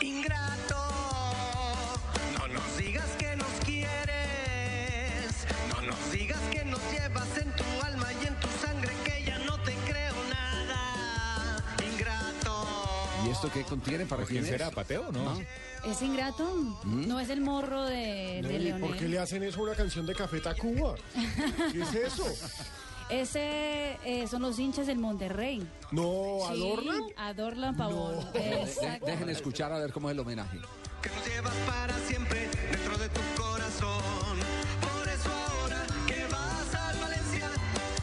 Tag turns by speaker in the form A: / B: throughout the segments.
A: Ingrato, no nos digas que nos quieres, no nos digas que nos llevas en tu alma y en tu sangre que ya no te creo nada. Ingrato.
B: ¿Y esto qué contiene para quién Ah, será? ¿Pateo no?
C: ¿Es ingrato? ¿No es el morro de, de
D: ¿Y ¿Mm? por qué
C: Leonel?
D: le hacen eso a una canción de Café Tacuba? ¿Qué es eso?
C: Ese eh, son los hinchas del Monterrey.
D: ¿No
C: Sí,
D: adornan?
C: Adorlan Pavón.
B: De-
C: Exacto.
B: dejen escuchar a ver cómo es el homenaje.
A: que nos llevas para siempre dentro de tu corazón. Por eso ahora que vas al Valencia,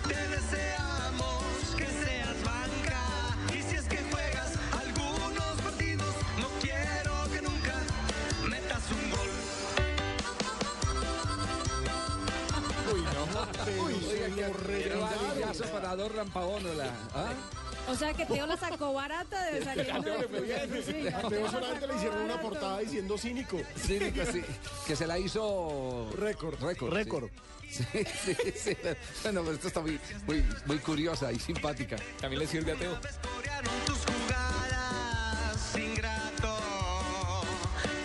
A: te deseamos que seas banca. Y si es que juegas algunos partidos, no quiero que nunca metas un gol.
B: Pero varillazo para dos rampaónola. ¿Ah?
C: O sea que Teo la sacó barata de saliendo. Sí,
D: A Teo solamente le hicieron una portada diciendo cínico.
B: Sí, que, sí, que se la hizo...
D: Récord.
B: Récord. sí.
D: Récord.
B: Sí, sí, sí. Bueno, pero esto está muy, muy, muy curiosa y simpática. También le sirve a Teo.
A: Corearon tus jugadas, ingrato.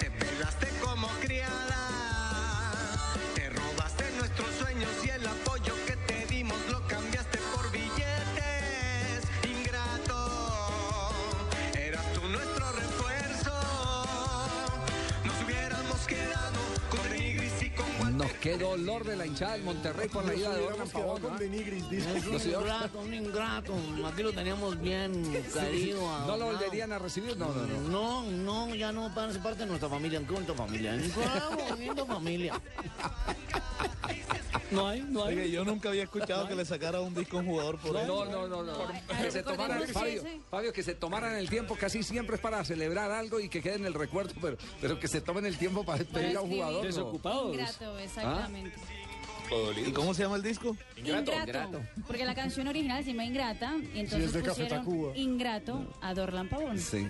A: Te pelaste como criada. Te robaste nuestros sueños y el apoyo que te dimos lo cambiaste por billetes, ingrato. Eras tú nuestro refuerzo. Nos hubiéramos quedado con Denigris y con Walter.
B: Nos quedó dolor de la hinchada del Monterrey por la ida de ¿ah? dos
D: Hubiéramos quedado
B: rampaónola.
D: con Denigris, dice.
B: Los
E: Un ingrato, un ingrato. Aquí lo teníamos bien querido.
B: No lo
E: adorado.
B: volverían a recibir, no, no, no.
E: No, no, ya no van a ser parte de nuestra familia. Qué bonita familia. ¿eh? Qué bonita familia. No hay, no hay.
F: Oye, yo nunca había escuchado que le sacara un disco a un jugador por eso.
B: No, no, no, no.
C: ay,
B: Que se
C: recordemos
B: tomaran,
C: que
B: Fabio,
C: ese-
B: Fabio, que se tomaran el tiempo, casi siempre es para celebrar algo y que quede en el recuerdo, pero, pero que se tomen el tiempo para despedir a un
C: escribir.
B: jugador. no.
C: Ingrato, exactamente.
F: ¿Y cómo se llama el disco?
C: Ingrato, Porque la canción original se llama Ingrata. Y entonces
D: de Café
C: pusieron
D: Tacuba.
C: Ingrato a Dorlan Pavón.
B: Sí.